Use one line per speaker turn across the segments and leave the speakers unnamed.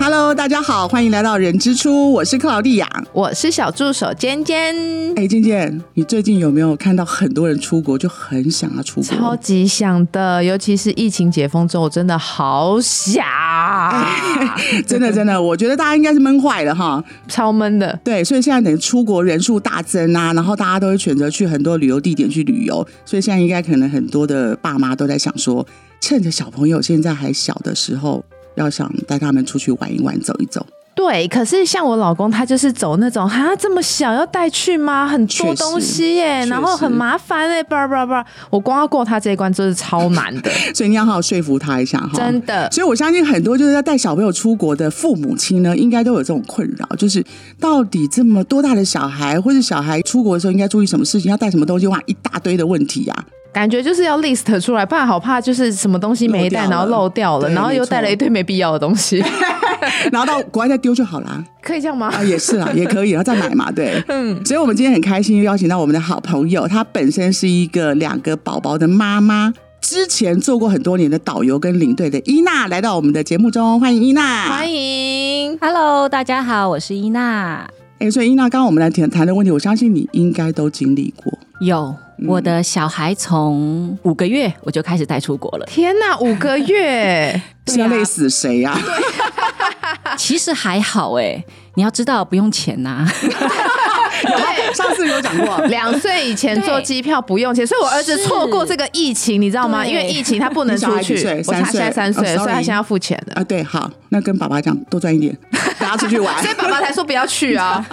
Hello，大家好，欢迎来到人之初，我是克劳蒂亚。
我是小助手尖尖，
哎，健健，你最近有没有看到很多人出国就很想要出国？
超级想的，尤其是疫情解封之后，我真的好 想，
真的真的，我觉得大家应该是闷坏了哈。
超闷的。
对，所以现在等于出国人数大增啊，然后大家都会选择去很多旅游地点去旅游，所以现在应该可能很多的爸妈都在想说，趁着小朋友现在还小的时候，要想带他们出去玩一玩、走一走。
对，可是像我老公，他就是走那种哈这么小要带去吗？很多东西耶、
确实
然后很麻烦哎、叭叭叭，我光要过他这一关就是超难 的，
所以你要好好说服他一下哈。
真的。
所以我相信很多就是要带小朋友出国的父母亲呢，应该都有这种困扰，就是到底这么多大的小孩，或者小孩出国的时候应该注意什么事情，要带什么东西，哇，一大堆的问题呀、
感觉就是要 list 出来，不然好怕就是什么东西没带，
漏掉了
然后漏掉了，
对
然后又
没错
带了一堆没必要的 东西，
然后到国外再丢就好啦。
可以这 样吗？
啊，也是啦，也可以，然后再买嘛，对，嗯。所以我们今天很开心邀请到我们的好朋友，她本身是一个两个宝宝的妈妈。之前做过很多年的导游跟领队的伊娜来到我们的节目中，欢迎伊娜，
欢迎，，
Hello，大家好，我是伊娜。
哎、所以伊娜，刚刚我们来谈谈的问题，我相信你应该都经历过。
有、我的小孩从五个月我就开始带出国了
天哪，五个月，
啊
是要累死谁啊呀、
其实还好哎、你要知道不用钱啊呐、
对，，
上次有讲过
两岁以前坐机票不用钱，所以我儿子错过这个疫情，你知道吗？
对
因为疫情他不能出去
你小孩几岁，
我
三
他
岁
现在三
哦
岁，Oh,
，sorry
所以他现在要付钱 的，
啊，对，好，那跟爸爸讲多赚一 点，大家出去玩
所。以爸爸才说不要去啊。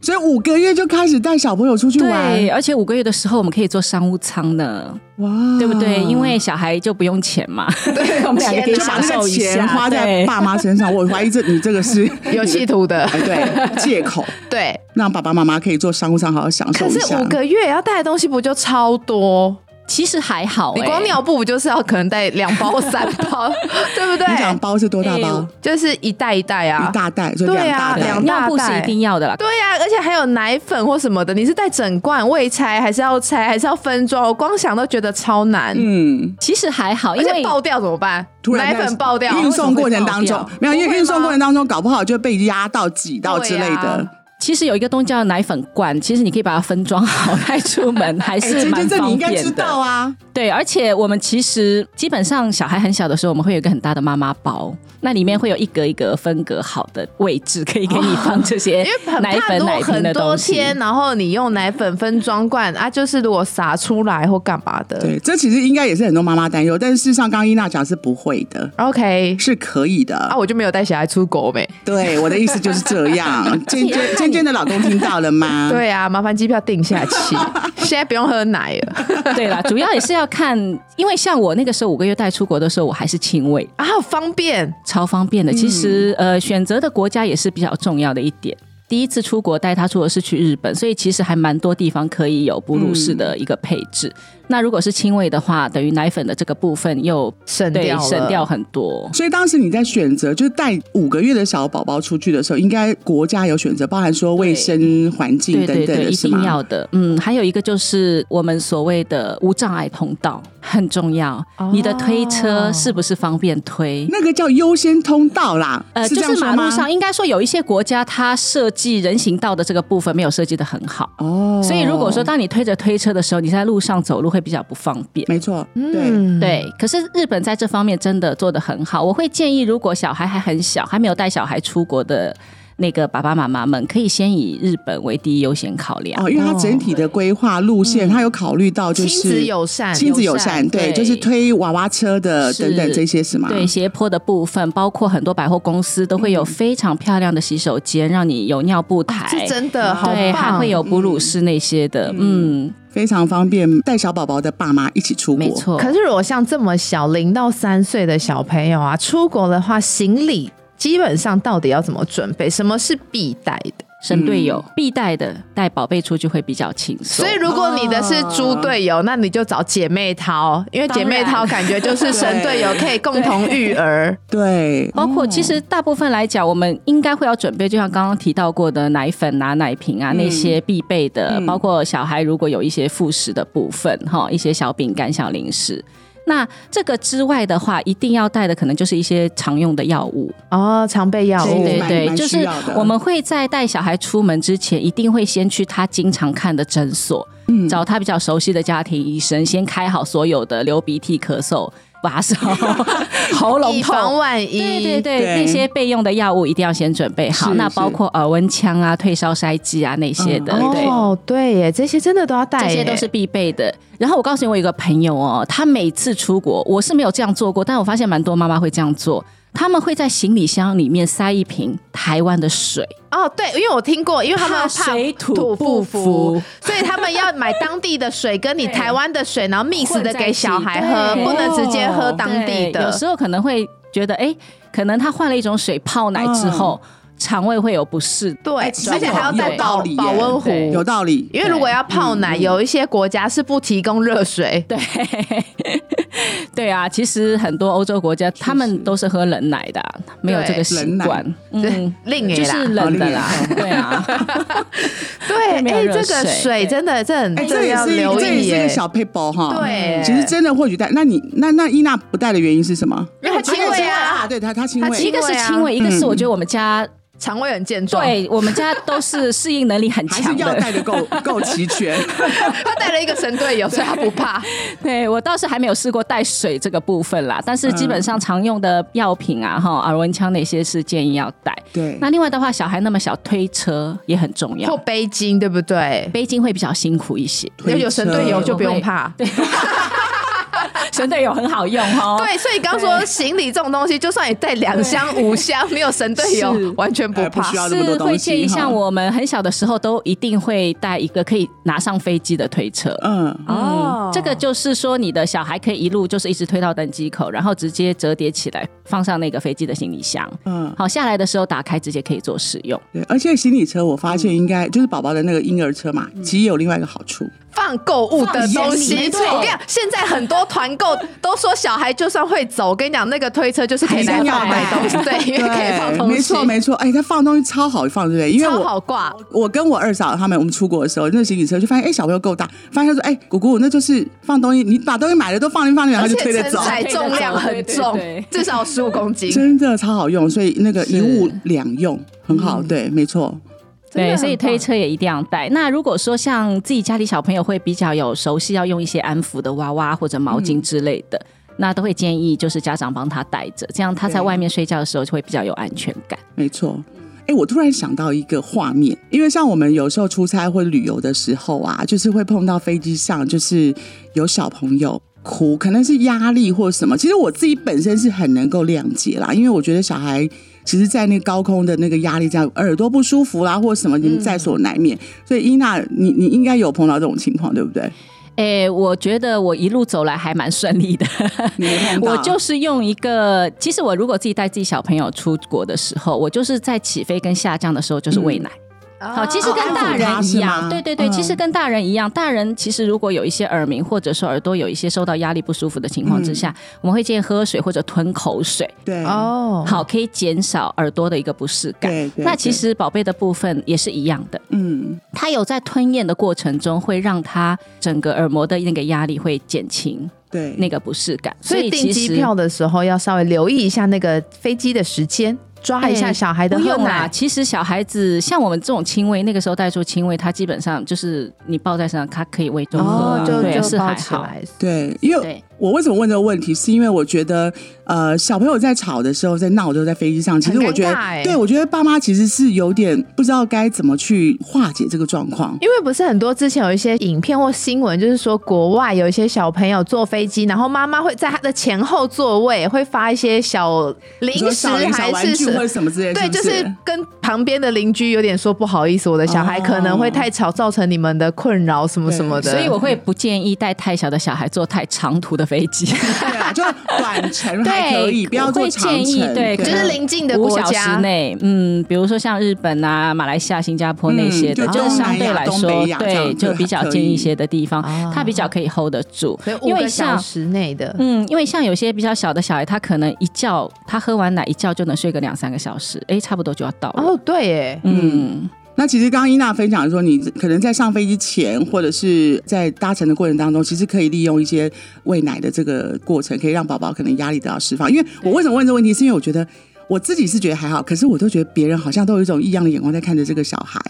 所以五个月就开始带小朋友出去
对，
玩，
而且五个月的时候我们可以坐商务舱呢，
哇，
对不对？因为小孩就不用钱嘛，对， 我们两个可
嗯
以
就把
享
那
受
个
一下。
钱花在
对
爸妈身上，我怀疑这你这个 是
有企图 的，
哎对借口，
对。
让爸爸妈妈可以做商务舱好好享受
可
一
是
下。
五个月要带的东西不就超多？
其实还好、欸，
你光尿布不就是要可能带两包三 包，对不对
你？讲包是多大包？
就是一袋一袋啊
哎
一，大袋，就两
对
大
啊
袋。
两
尿布
大
是
袋
一定要的啦。
对呀、啊而且还有奶粉或什么的，你是带整罐未拆，还是要拆，还是要分装？我光想都觉得超难。
嗯，
其实还好，
而
因
且
为
爆掉怎么办？
突然
奶
在
粉爆掉，
运送过程当
为什么
中
会
没有，因
不
为
会
运送
吗
过程当中搞不好就被压到、挤到之类
对
的
啊。
其实有一个东西叫奶粉罐，其实你可以把它分装好带出门，还
哎，
是
这
蛮
这你
方
应该知
便
道
的。
啊。
对，而且我们其实基本上小孩很小的时候，我们会有一个很大的妈妈包，那里面会有一格一格分隔好的位置，可以给你放这
因
些
为很
奶
怕，
粉、
如果
奶瓶
很
的
多
东西。
天，然后你用奶粉分装罐啊，就是如果洒出来或干嘛的。
对，这其实应该也是很多妈妈担忧，但是事实上，刚刚伊娜讲是不会的，
，OK，
是可以的。
哦
啊，我就没有带小孩出国呗。
对，我的意思就是这样。 尖尖尖尖的老公听到了吗？，
对啊，麻烦机票订下期， 现在不用喝奶了
对啦，主要也是要看，因为像我那个时候五个月带出国的时候，我还是亲喂，
啊，好方便。
超方便
嗯
的。其实、呃，选择的国家也是比较重要的一点。第一次出国带他出国是去日本，所以其实还蛮多地方可以有哺乳室的一个配置。那如果是亲喂的话，等于奶粉的这个部分又
省
对
掉了
省掉很多。
所以当时你在选择就是带五个月的小宝宝出去的时候，应该国家有选择，包含说卫生环境
对
等
对
等
对，
的
一
是
定
吗？
要的。嗯，还有一个就是我们所谓的无障碍通道很重要。
哦
你的推车是不是方便推？
那个叫优先通道啦，
呃，
是
就
这样
是
说
马
吗
路？上，应该说有一些国家它设计人行道的这个部分没有设计的很好。
哦，
所以如果说当你推着推车的时候，你在路上走路会比较不方便。
没错，对。
嗯，
对，可是日本在这方面真的做得很好。我会建议，如果小孩还很小，还没有带小孩出国的那个爸爸妈妈们，可以先以日本为第一优先考量。
哦，因为它整体的规划路线，它有考虑到就
亲
是
子友善，
亲子友
嗯友
善，
善
对，
对
就是推娃娃车的
是
等等这些是吗？
对斜坡的部分，包括很多百货公司都会有非常漂亮的洗手间，让你有尿布台，
是嗯哦真的好
对，还
棒，
会有哺乳室那些的，嗯，
非常方便带小宝宝的爸妈一起出国。
没错。
可是如果像这么小零到三岁的小朋友啊，出国的话，行李基本上到底要怎么准备？什么是必带的？
神队友、必带的，带宝贝出去会比较轻松。
所以，如果你的是猪队友，那你就找姐妹淘，因为姐妹
当
淘
然
感觉就是神队友，
对
可以共同育儿。
对，
哦
包括其实大部分来讲，我们应该会要准备，就像刚刚提到过的奶粉啊、奶瓶啊那
嗯
些必备的，包括小孩如果有一些副食的部分哈，一些小饼干、小零食。那这个之外的话，一定要带的可能就是一些常用的药物，
哦，常备药
对
物，
对
啊蛮
对，
蛮
就
需
是
要的
我们会在带小孩出门之前，一定会先去他经常看的诊所，
嗯
找他比较熟悉的家庭医生，先开好所有的流鼻涕、咳嗽、发烧、喉咙
以
痛。
防万一。
对对对，
对
那些备用的药物一定要先准备好。
是
那
是
包括耳温枪啊、退烧筛剂啊那些的，
嗯
对。
哦，对耶，这些真的都要带
这
耶，
些都是必备的。然后我告诉你，我有一个朋友哦，他每次出国，我是没有这样做过，但我发现蛮多妈妈会这样做，他们会在行李箱里面塞一瓶台湾的水，
哦，对，因为我听过，因为他们
怕
怕
水土不
不
服
服，所以他们要买当地的水，跟你
对
台湾的水，然后 mix
混
的
在
给
一
小
起
孩喝，
对
不能直接喝
哦
当地
对有
的。
时候可能会觉得，哎，可能他换了一种水泡奶之后，肠胃会有不适。
对，
哎
而
其实
且还要
有
带
道
保
理耶
保温壶，
对嗯
有道理，
因为如果要泡奶，有一些国家是不提供热水。
对，对啊，其实很多欧洲国家他们都是喝冷奶的啊、没有这个习惯，嗯
对，另一
就
啦
是，冷的啦，对 啊，
对，
没有
哎，
热
这个
水
水真的，这很
哎，
个
这也
要
是一
留
个这也
意
是一个
耶。
小 paper 哈。
对
其实真的或许带，那你那那伊娜不带的原因是什么？
因为他轻微啊，
对他他轻
他
微
一
轻
个是轻微，一个是我觉得我们家，
肠胃很健壮。，
对我们家都是适应能力很
还是
强
要
的。
带的够够齐 全。
他带了一个神队友，所以他不怕。
对我倒是还没有试过带水这个部分啦，但是基本上常用
嗯
的药品啊，哈，耳温枪那些是建议要带。
对，
那另外的话，小孩那么小，推车也很重
或
要，
背巾，对不对？
背巾会比较辛苦 一些。
推
有有神
车
队友就不用怕。对
神队友很好用哦，
所以刚说行李这种东西，就算你带两箱五箱，没有神队
是
友完全不
哎不
怕
需。要那么多
是
东
会
西
建议，像
哈
我们很小的时候都一定会带一个可以拿上飞机的推车。
嗯，
哦
这个就是说，你的小孩可以一路就是一直推到登机口，然后直接折叠起来放上那个飞机的行李箱。
嗯
嗯，好，下来的时候打开直接可以做使用。
对，而且行李车我发现应
嗯
该就是宝宝的那个婴儿车嘛，其实有另外一个好处，
放购物的
放
东
行李
西，
对
我跟你讲，现在很多团购都说小孩就算会走，我跟你讲，那个推车就是可以拿
还是要
来买
买
东西，对，因为 可以放
对，
东西，
没错没错，哎，他放东西超好放，对不对？因为
超
我
好挂。
我跟我二嫂他们，我们出国的时候，那个行李车就发现，哎、小朋友够大，发现他说，哎、姑姑，那就是放东西，你把东西买了都放进放进，然后
而
就
且
推着
承
走，
载重量很重
对对对，
至少十五公斤。
真的超好用，所以那个
是
一物两用很好，对，没错，
真的
对，
很
所以推车也一定要带。那如果说像自己家里小朋友会比较有熟悉，要用一些安抚的娃娃或者毛巾之类的，那都会建议就是家长帮他带着，这样他在
对
外面睡觉的时候就会比较有安全感。
没错。哎、我突然想到一个画面，因为像我们有时候出差或旅游的时候啊，就是会碰到飞机上就是有小朋友。哭可能是压力或什么，其实我自己本身是很能够谅解啦，因为我觉得小孩其实，在那高空的那个压力，这样耳朵不舒服啦，或什么，
嗯
你们在所难免。所以，伊娜，你你应该有碰到这种情况，对不对？
诶、我觉得我一路走来还蛮顺利的。
你没碰到，
我就是用一个，其实我如果自己带自己小朋友出国的时候，我就是在起飞跟下降的时候就是喂奶。
啊
好，其
哦
实跟大
安抚他
人一
是
样，
吗
对对对，
嗯
其实跟大人一样，大人其实如果有一些耳鸣或者说耳朵有一些受到压力不舒服的情况之下，
嗯
我们会建议喝水或者吞口水，
对，
哦，
好，可以减少耳朵的一个不适感
对。对
那其
对
实宝贝的部分也是一样的，
嗯，
它有在吞咽的过程中会让它整个耳膜的那个压力会减轻
对，
那个不适感，
嗯所以订
其
机
实
票的时候要稍微留意一下那个飞机的时间，抓一下小孩的
不
喝
用啦，
奶。
其实小孩子像我们这种亲喂，那个时候带出亲喂，他基本上就是你抱在身上，他可以喂中喝啊，
哦，就
对，是
就
还
包起
好。
来。
对，因为
对
我为什么问这个问题，是因为我觉得，呃，小朋友在吵的时候，在闹的时候，在飞机上，其实
很尴
我觉得，
尬欸
对我觉得爸妈其实是有点不知道该怎么去化解这个状况。
因为不是很多之前有一些影片或新闻，就是说国外有一些小朋友坐飞机，然后妈妈会在他的前后座位会发一些小
你说
零食
小林小
还
玩
是
具
什
或者什么之类的，
对，
是
就
不
是跟旁边的邻居有点说不好意思，我的小孩
哦
可能会太吵，造成你们的困扰什么什么的。
所以我会不建议带太小的小孩坐太长途的飞机，
对啊，就 短程 还可以，
对
不要做长
我
程。啊
会建议对
就
可
是
能
邻近的
五
国
小时
家。
内，嗯，比如说像日本啊、马来西亚、新加坡那些的，
嗯就
就是相对来
东
说
南亚东北亚，这样
对，就比较建议一些的地方
啊，
它比较可以 hold 得住
所以，五
因为
个小
像。
时内的，
嗯，因为像有些比较小的小孩，他可能一觉，他喝完奶一觉就能睡个两三个小时，哎，差不多就要到了。
哦，对耶，
嗯，
那其实刚刚伊娜分享说，你可能在上飞机前，或者是在搭乘的过程当中，其实可以利用一些喂奶的这个过程，可以让宝宝可能压力得到释放。因为我为什么问这个问题，是因为我觉得。我自己是觉得还好，可是我都觉得别人好像都有一种异样的眼光在看着这个小孩。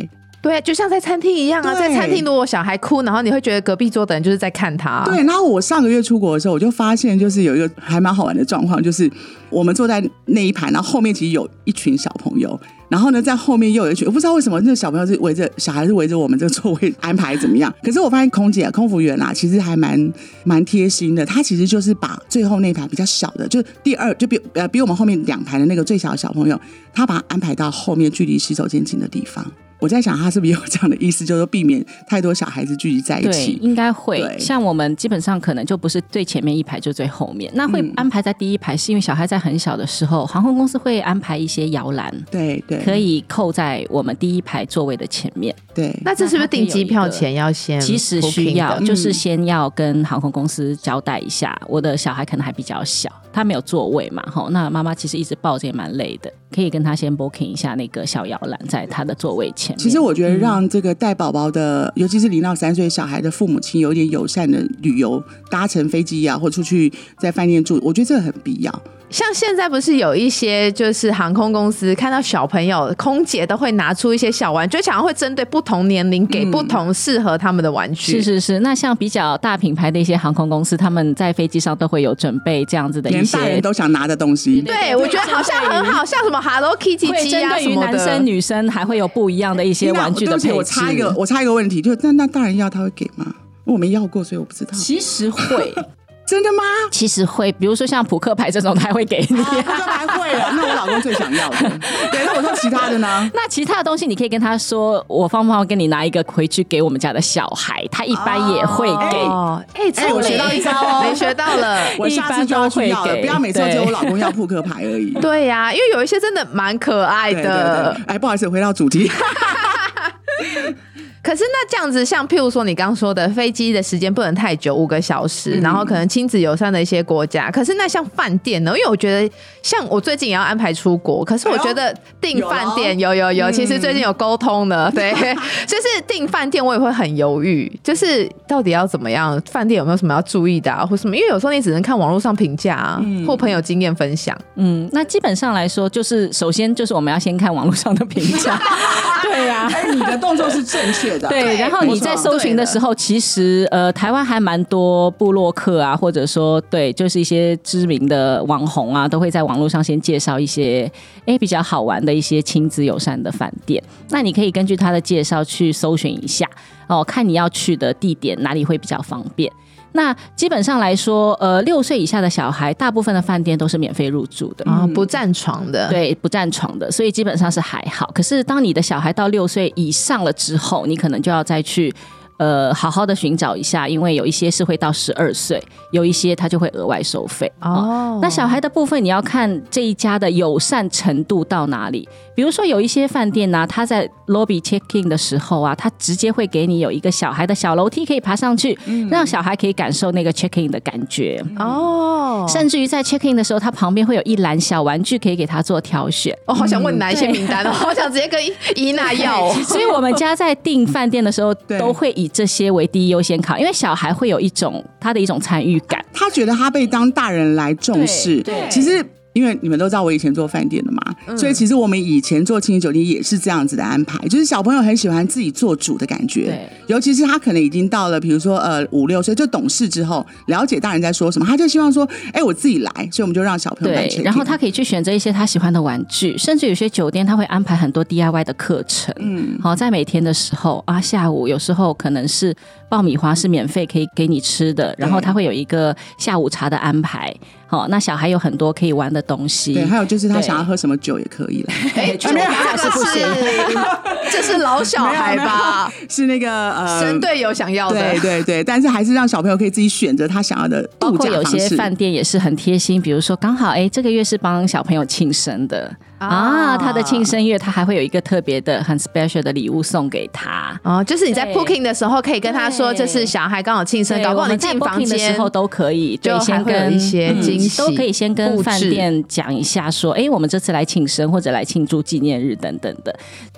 对，啊就像在餐厅一样啊，
对
在餐厅如果小孩哭，然后你会觉得隔壁桌的人就是在看他，
对，然后我上个月出国的时候，我就发现就是有一个还蛮好玩的状况，就是我们坐在那一排，然后后面其实有一群小朋友，然后呢在后面又有一群，我不知道为什么那个小朋友是围着小孩是围着我们这个座位 安排怎么样。可是我发现空姐、空服员啊，其实还蛮蛮贴心的，她其实就是把最后那排比较小的，就是第二就比呃比我们后面两排的那个最小的小朋友，她把他安排到后面距离洗手间近的地方。我在想，她是不是有这样的意思，就是说避免太多小孩子聚集在一
对，
起？
应该会
对。
像我们基本上可能就不是最前面一排，就最后面。那会
嗯
安排在第一排，是因为小孩在很小的时候，航空公司会安排一些摇篮，
对对，
可以扣在我们第一排座位的前面。
对，
那这是不是订机票前要
嗯
先？
其实需要，
的，
就是先要跟航空公司交代一下，我的小孩可能还比较小，他没有座位嘛，吼，那妈妈其实一直抱着也蛮累的，可以跟他先 booking 一下那个小摇篮，在他的座位前面。
其实我觉得让这个带宝宝的，
嗯
尤其是零到三岁小孩的父母亲，有一点友善的旅游，搭乘飞机啊，或出去在饭店住，我觉得这个很必要。
像现在不是有一些就是航空公司看到小朋友空姐都会拿出一些小玩具，常常会针对不同年龄给不同适合他们的玩具。
嗯是是是，那像比较大品牌的一些航空公司，他们在飞机上都会有准备这样子的一
连大
些
人。都想拿的东西，
对，我觉得好像很好，像什么 Hello Kitty
会
机
针
啊
对
什
于
么
男
的
生、。女生还会有不一样的一些
那
玩具 的
对不
配
起，
置。
我插一个，我插一个问题，就那那大人要他会给吗？我没要过，所以我不知道。
其实会，
真 的吗？
其实会，比如说像扑克牌这种，他会给你。
我就白会了，那我老公最想要的。对，那我说其他的呢？
那其他的东西，你可以跟他说，我方不方便跟你拿一个回去给我们家的小孩？他一般也会给。
哦，哎，
哎我学到一招
哦，没学到了。
我下次就要去要
一般都会
了，
给
不要每次都只有我
对
老公要扑克牌而已。
对呀、因为有一些真的蛮可爱
对对
的。
对，哎，不好意思，回到主 题。
可是那这样子，像譬如说你刚说的，飞机的时间不能太久，五个小
嗯
时，然后可能亲子友善的一些国家。可是那像饭店呢？因为我觉得，像我最近也要安排出国，可
哎
是我觉得订饭店
啊
有有
嗯
有，其实最近有沟通呢， 对，就是订饭店我也会很犹豫，就是到底要怎么样，饭店有没有什么要注意的啊，或什么？因为有时候你只能看网络上评价啊，或朋友经验分享。
嗯，那基本上来说，就是首先就是我们要先看网络上的评 价，对啊呀、
哎，你的动作是正确的。
对，然后
没
你
错
在搜寻的时候，其实呃，台湾还蛮多部落客啊，或者说对，就是一些知名的网红啊，都会在网络上先介绍一些诶比较好玩的一些亲子友善的饭店。那你可以根据他的介绍去搜寻一下哦，看你要去的地点哪里会比较方便。那基本上来说，呃，六岁以下的小孩，大部分的饭店都是免费入住的。
啊，不占床的，
嗯对，不占床的，所以基本上是还好。可是当你的小孩到六岁以上了之后，你可能就要再去。呃，好好的寻找一下，因为有一些是会到十二岁，有一些他就会额外收费哦
哦，
那小孩的部分，你要看这一家的友善程度到哪里。比如说，有一些饭店呢、他在 lobby check in 的时候啊，他直接会给你有一个小孩的小楼梯可以爬上去，让小孩可以感受那个 check in 的感觉。
嗯哦，
甚至于在 check in 的时候，他旁边会有一篮小玩具可以给他做挑选。
我、哦好想问哪一
嗯
些名单哦，好想直接跟伊 伊娜要、哦。
所以我们家在订饭店的时候，
对
都会以这些为第一优先考，因为小孩会有一种他的一种参与感。
他觉得他被当大人来重视。
对嗯对
其实。因为你们都知道我以前做饭店的嘛，所以其实我们以前做亲子酒店也是这样子的安排，就是小朋友很喜欢自己做主的感觉
对，
尤其是他可能已经到了，比如说呃五六岁就懂事之后，了解大人在说什么，他就希望说，哎，我自己来，所以我们就让小朋友来
对
check，in。
然后他可以去选择一些他喜欢的玩具，甚至有些酒店他会安排很多 DIY 的课程。嗯，好，在每天的时候啊，下午有时候可能是爆米花是免费可以给你吃的，然后他会有一个下午茶的安排。好，那小孩有很多可以玩的东西。
对，还有就是他
对
想要喝什么酒也可以了。
哎，
酒吧还是不行
这是这是老小孩吧？
是那个呃，
生队友想要的
对，对对，但是还是让小朋友可以自己选择他想要的
包
度
括
假
有
方式。
些饭店也是很贴心，比如说刚好哎、诶这个月是帮小朋友庆生的
啊
啊，他的庆生月他还会有一个特别的很 special 的礼物送给他。
哦，就是你在
对
booking 的时候可以跟他说，
对
这是小孩刚好庆生，
对
搞不好
我
你
们在
进房
booking 的
间
时候都可以，
就
对，
还
先
会有
跟嗯
一些惊喜
都可以先
布
跟
置
饭店讲一下，说，哎、我们这次来庆生或者来庆祝纪念日等等的。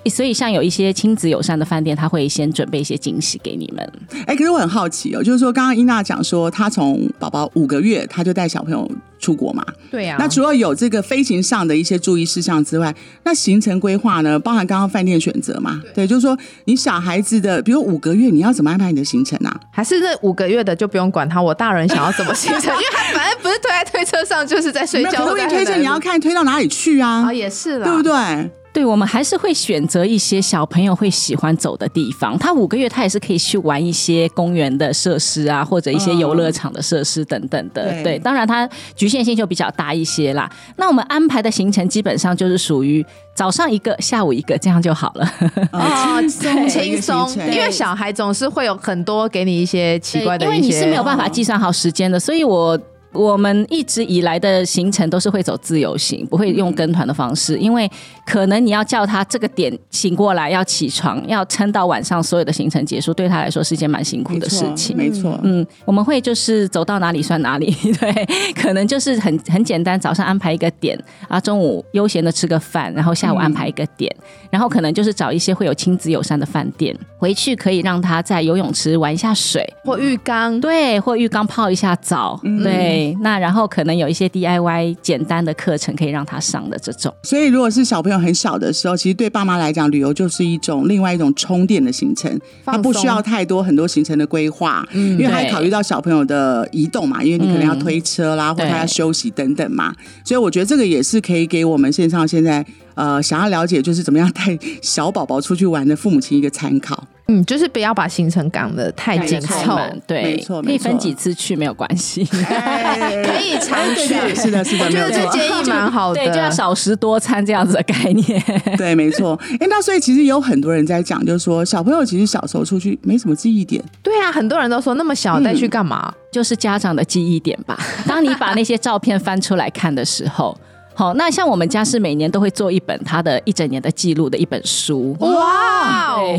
所以，像有一些亲子友善的饭店，他会先准备一些惊喜给你们。
哎、可是我很好奇哦，就是说刚刚伊娜讲说，她从宝宝五个月，她就带小朋友出国嘛。
对啊呀
啊
那除了有这个飞行上的一些注意事项之外，那行程规划呢，包含刚刚饭店选择嘛？对，就是说你小孩子的，比如五个月，你要怎么安排你的行程啊？
还是那五个月的就不用管他，我大人想要怎么行程，因为他反正不是推在推车上，就是在睡
没有
觉。
可是
在
问题推荐你要看推到哪里去啊，
哎
啊，也是啦，
对不对？
对，我们还是会选择一些小朋友会喜欢走的地方。他五个月，他也是可以去玩一些公园的设施啊，或者一些游乐场的设施等等的。
对
对，当然它局限性就比较大一些啦。那我们安排的行程基本上就是属于早上一个，下午一个，这样就好了。
哦，
的一个
轻松
行，程
因为小孩总是会有很多给你一些奇怪的
因为
一
你
些，
是没有办法计算好时间的，所以我。我们一直以来的行程都是会走自由行，不会用跟团的方式，嗯因为可能你要叫他这个点醒过来，要起床，要撑到晚上所有的行程结束，对他来说是一件蛮辛苦
没
的事
错，
情。
没错。
嗯，我们会就是走到哪里算哪里， 对，可能就是很很简单，早上安排一个点，啊，中午悠闲的吃个饭，然后下午安排一个点，然后可能就是找一些会有亲子友善的饭店，回去可以让他在游泳池玩一下水，
或浴缸，
对，或浴缸泡一下澡，
嗯
对，那然后可能有一些 DIY 简单的课程可以让他上的这种，
所以，如果是小朋友很小的时候，其实对爸妈来讲，旅游就是一种另外一种充电的行程，
放
它
松嗯
不需要太多很多行程的规划，因为还
对
考虑到小朋友的移动嘛，因为你可能要推车
嗯
啦，或
对
他要休息等等嘛。所以，我觉得这个也是可以给我们线上现在呃想要了解就是怎么样带小宝宝出去玩的父母亲一个参考。
嗯，就是不要把行程赶得太紧
太
凑，
满对，
没错
可以
没错
分几次去没有关系。
可
可
哎
以常去
是的，是的，
我觉
没有
得 哎这
错
建议蛮好的，
对，就要少食多餐这样子的概念。
对，没错。哎，那所以其实有很多人在讲，就是说小朋友其实小时候出去没什么记忆点，
对啊，很多人都说那么小带去
嗯
干嘛？
就是家长的记忆点吧。当你把那些照片翻出来看的时候， 好，那像我们家是每年都会做一本他的一整年的记录的一本书。
哇哦，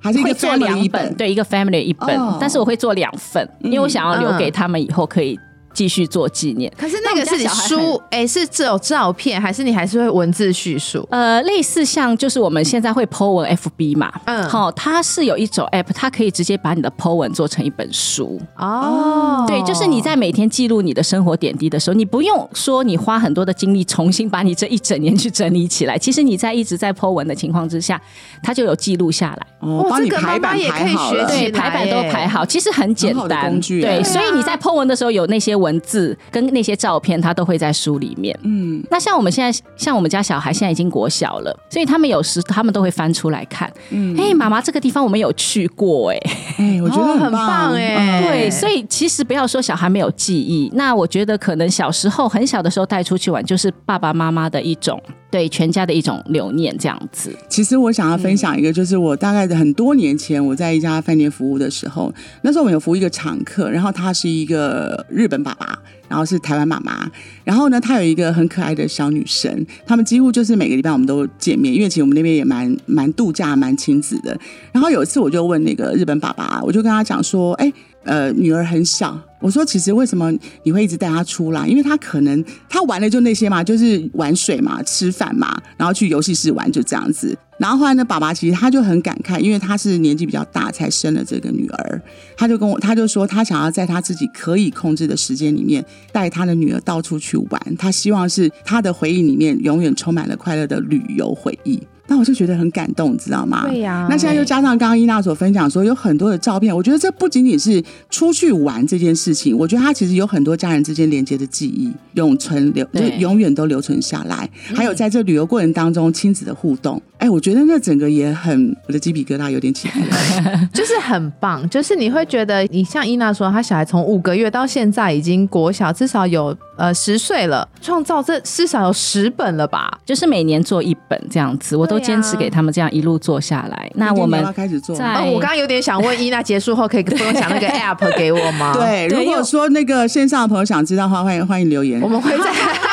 还是一
会
个
做
family
两
一
本，对，一个 family 一本
哦
但是我会做两份，因为我想要留给他们以后可以继续做纪念。
可是那个是你
那我们家小孩
书，哎，是只有照片，还是你还是会文字叙述？
呃，类似像就是我们现在会 Po 文 FB 嘛，
嗯
好、它是有一种 app，它可以直接把你的 Po 文做成一本书，
哦，
对，就是你在每天记录你的生活点滴的时候，你不用说你花很多的精力重新把你这一整年去整理起来，其实你在一直在 Po 文的情况之下，它就有记录下来。
哦
哇，
帮你
这个
排
妈妈
版
也
排
可以
好
学
了。
起
对，排版都排好，其实很简
很好的
单，
工具啊
对，
对啊
所以你在 Po 文的时候有那些文字跟那些照片，它都会在书里面。
嗯，
那像我们现在，像我们家小孩现在已经国小了，所以他们有时他们都会翻出来看。嗯，哎、妈妈，这个地方我们有去过、哎。
哎，我觉得
哦
棒
很棒哎
嗯
对，所以其实不要说小孩没有记忆，那我觉得可能小时候很小的时候带出去玩，就是爸爸妈妈的一种对全家的一种留念这样子。
其实我想要分享一个，就是我大概很多年前我在一家饭店服务的时候，那时候我们有服务一个常客，然后他是一个日本爸爸，然后是台湾妈妈，然后呢，他有一个很可爱的小女生，他们几乎就是每个礼拜我们都见面，因为其实我们那边也蛮蛮度假、蛮亲子的。然后有一次我就问那个日本爸爸，我就跟他讲说，哎，呃，女儿很小。我说，其实为什么你会一直带她出来？因为她可能她玩的就那些嘛，就是玩水嘛、吃饭嘛，然后去游戏室玩，就这样子。然后后来呢，爸爸其实他就很感慨，因为他是年纪比较大才生了这个女儿，他就跟我他就说，他想要在他自己可以控制的时间里面，带他的女儿到处去玩。他希望是他的回忆里面永远充满了快乐的旅游回忆。那我就觉得很感动，你知道吗？
对
啊
呀
那现在又加上刚刚伊娜所分享说，有很多的照片，我觉得这不仅仅是出去玩这件事情，我觉得它其实有很多家人之间连接的记忆，永存留，就
对嗯
永远都留存下来。还有在这旅游过程当中亲子的互动，哎、哎，我觉得那整个也很，我的鸡皮疙瘩有点起来了。
就是很棒，就是你会觉得，你像伊娜说，她小孩从五个月到现在已经国小，至少有呃十岁了，创造这至少有十本了吧？
就是每年做一本这样子，我都
对啊
坚持给他们这样一路做下来。那
今天
我
你要
们
不要开始做。
在
哦，我刚刚有点想问伊娜，结束后可以分享 那个 app 给我吗？，
对，
哦对哦
如
因
果
为
说那个线上的朋友想知道的话，欢迎欢迎留言
我。们会在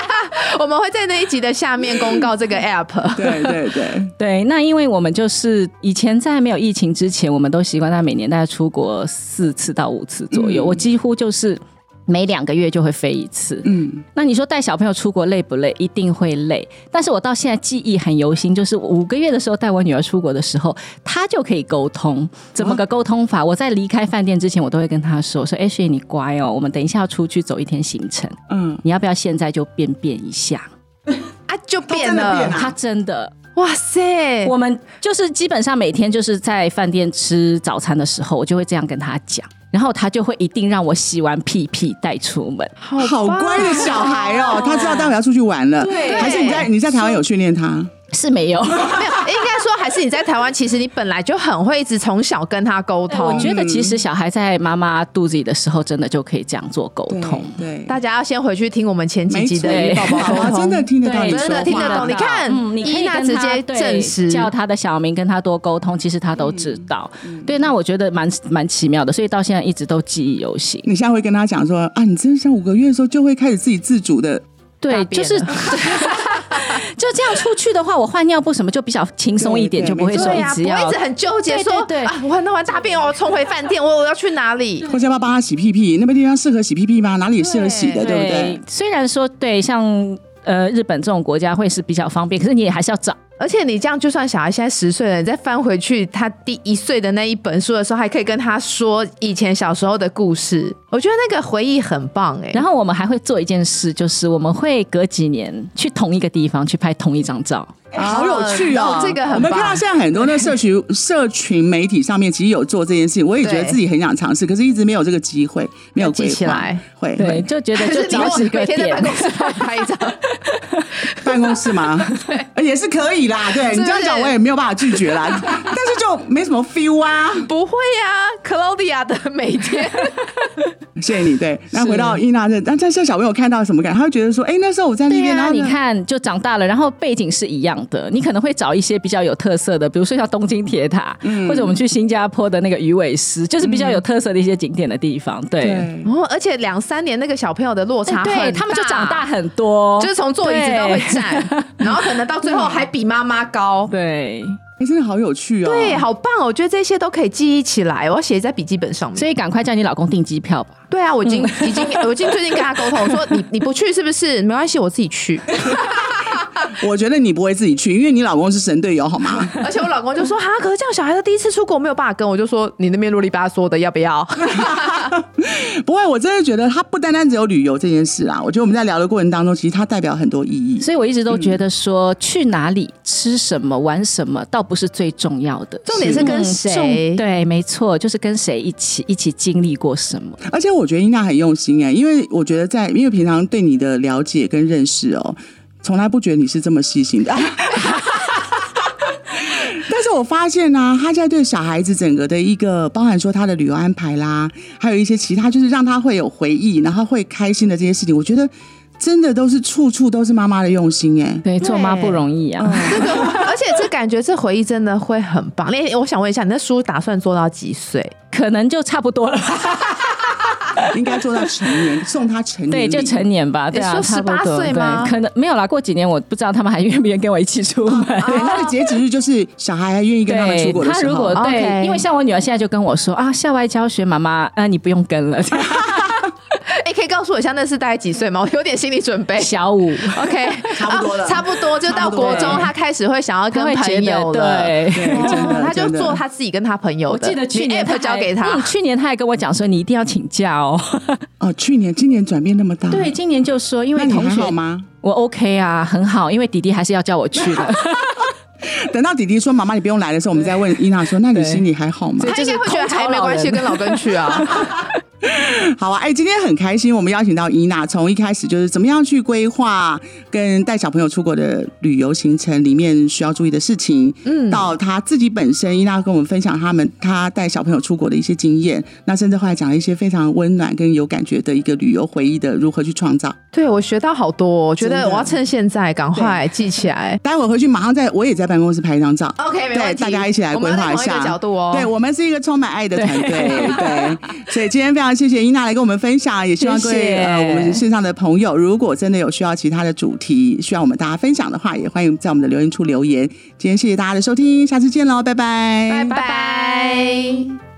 我们会在那一集的下面公告这 个 app。
对对对，
对，那因为我们就是以前在没有疫情之前，我们都习惯在每年大概出国四次到五次左右，
嗯
我几乎就是每两个月就会飞一次。
嗯，
那你说带小朋友出国累不累？一定会累。但是我到现在记忆很犹新，就是五个月的时候带我女儿出国的时候，她就可以沟通。怎么个沟通法？我在离开饭店之前，我都会跟她说：“我说，哎、雪你乖哦，我们等一下要出去走一天行程，
嗯，
你要不要现在就便便一下
啊，就
它
变
真的变
了
了！
她真的，
哇塞，
我们就是基本上每天就是在饭店吃早餐的时候，我就会这样跟她讲，然后她就会一定让我洗完屁屁带出门。
好
好
棒啊
乖的小孩哦，他知道待会要出去玩了。
啊对
还是你在你在台湾有训练他？
是没 有。
没有，应该说还是你在台湾，其实你本来就很会一直从小跟他沟
对我
通。
觉得其实小孩在妈妈肚子里的时候，真的就可以这样做沟通。
对，
大家要先回去听我们前几
没
集
错
的与宝宝沟
宝宝
通，
真的听得到你
对
说
真的
话，
听得懂你看
嗯，你可以
伊娜
跟他
直接
对
证实
叫他的小名，跟他多沟通，其实他都知道。
嗯
对，那我觉得蛮蛮奇妙的，所以到现在一直都记忆犹新。
你现在会跟他讲说啊，你真的像五个月的时候就会开始自己自主的，
对
大，便
就
了
是 就这样出去的话，我换尿布什么就比较轻松一点，
对对
就不会说
对
一
呀、
直
不会
要
一直很纠结
对
说，
对对
啊，我弄完大便，我要冲回饭店，我我要去哪里？
或者要不要帮他洗屁屁？那边地方适合洗屁屁吗？哪里适合洗的，对不对？
虽然说对像。呃，日本这种国家会是比较方便，可是你也还是要找。
而且你这样，就算小孩现在十岁了，你再翻回去他第一岁的那一本书的时候，还可以跟他说以前小时候的故事。我觉得那个回忆很棒哎、
然后我们还会做一件事，就是我们会隔几年去同一个地方去拍同一张照。
好有趣哦
哦，这个很棒
我们看到现在很多那社群 社群媒体上面，其实有做这件事情，我也觉得
对
自己很想尝试，可是一直没有这个机会，没有
记
规
起
划
来。
会
对，
会
就觉得
可
就是
你
找
我
几个
每天在办。
点
公室拍一张，
办公室吗？ 对，也是可以啦。对你这样讲，我也没有办法拒绝啦， 但是就没什么 feel 啊。
不会呀、c l a u d i a 的每天
谢谢你。对，那回到伊娜这，那这这小朋友看到什么感觉？他会觉得说，哎，那时候我在那
对啊
边，
呀、
然后
你
呢
看，就长大了，然后背景是一样的，你可能会找一些比较有特色的，比如说像东京铁塔，或者我们去新加坡的那个鱼尾狮，就是比较有特色的一些景点的地方。嗯对，
对。
哦，而且两三年那个小朋友的落差很大，
哎对他们就长大，很多，
就是从坐椅子到会 站，然后可能到最后还比妈妈高。
对。
哎，真的好有趣哦！
对，好棒哦！我觉得这些都可以记忆起来，我要写在笔记本上面。
所以赶快叫你老公订机票吧。
对啊，我已经、
嗯
已经我已经最近跟他沟通，我说你你不去是不是？没关系，我自己去。
我觉得你不会自己去，因为你老公是神队友，好 吗？
而且我老公就说哈，可是这样小孩子第一次出国没有办法跟，我就说你那边啰里吧嗦的要不要？
不会，我真的觉得它不单单只有旅游这件事啊。我觉得我们在聊的过程当中，其实它代表很多意义。
所以我一直都觉得说，去哪里、吃什么、玩什么，倒不是最重要的，
重点是跟
嗯
谁
重对，没错，就是跟谁一起一起经历过什么。
而且我觉得英娜很用心哎、因为我觉得在因为平常对你的了解跟认识哦，从来不觉得你是这么细心的。 但是我发现呢、啊，他在对小孩子整个的一个，包含说他的旅游安排啦，还有一些其他，就是让他会有回忆，然后会开心的这些事情，我觉得真的都是处处都是妈妈的用心哎、
对，做妈
对
不容易啊。
这个，而且这感觉这回忆真的会很棒。那我想问一下，你那书打算做到几岁？
可能就差不多了吧，
应该做到成年，送他成年
对，
礼，
就成年吧，对啊，
嗯说
差不多
18岁吗
对可能没有啦，过几年我不知道他们还愿不愿意跟我一起出门。
对他的截止日就是小孩还愿意跟他们出
对
国的
他
时
如
候
果。
哦 OK
对，因为像我女儿现在就跟我说啊，校外教学妈妈，啊，你不用跟 了，
哎、可以告诉我一下那是大概几岁吗？我有点心理准备。
小五，
OK，
差不多了
啊差不多就到国中，他开始会想要跟
她会觉
朋友
得
了。
对。
对，真的，
哦他就
真的
做他自己跟他朋友
我
的。
记得去年
你 app
她
交给他，
嗯去年他还跟我讲说你一定要请假哦。
哦，去年今年转变那么大，
对，，今年就说因
那
为
你
同
还
学
好吗？
我 OK 啊，很好，因为弟弟还是要叫我去的。
等到弟弟说妈妈你不用来的时候，我们再问伊娜说，那你
对
心里还好吗？
对
他应该会觉得还没关系，跟老公去啊。
好啊，哎、今天很开心，我们邀请到伊娜，从一开始就是怎么样去规划跟带小朋友出国的旅游行程里面需要注意的事情，嗯，到她自己本身，伊娜跟我们分享他们她带小朋友出国的一些经验，那甚至后来讲了一些非常温暖跟有感觉的一个旅游回忆的如何去创造。
对我学到好多哦、我觉
真
得
的
我要趁现在赶快记起来。
待会儿回去马上在我也在办公室拍一张照
OK，没问
对，
题，
大家一起来
我
规
们要
划一
在同一
下
个角度哦。
对我们是一个充满爱 的团队，对，所以今天非常谢谢伊娜来跟我们分享，也希望各位
谢谢
呃我们线上的朋友，如果真的有需要其他的主题需要我们大家分享的话，也欢迎在我们的留言处留言。今天谢谢大家的收听，下次见喽，拜拜，
拜拜。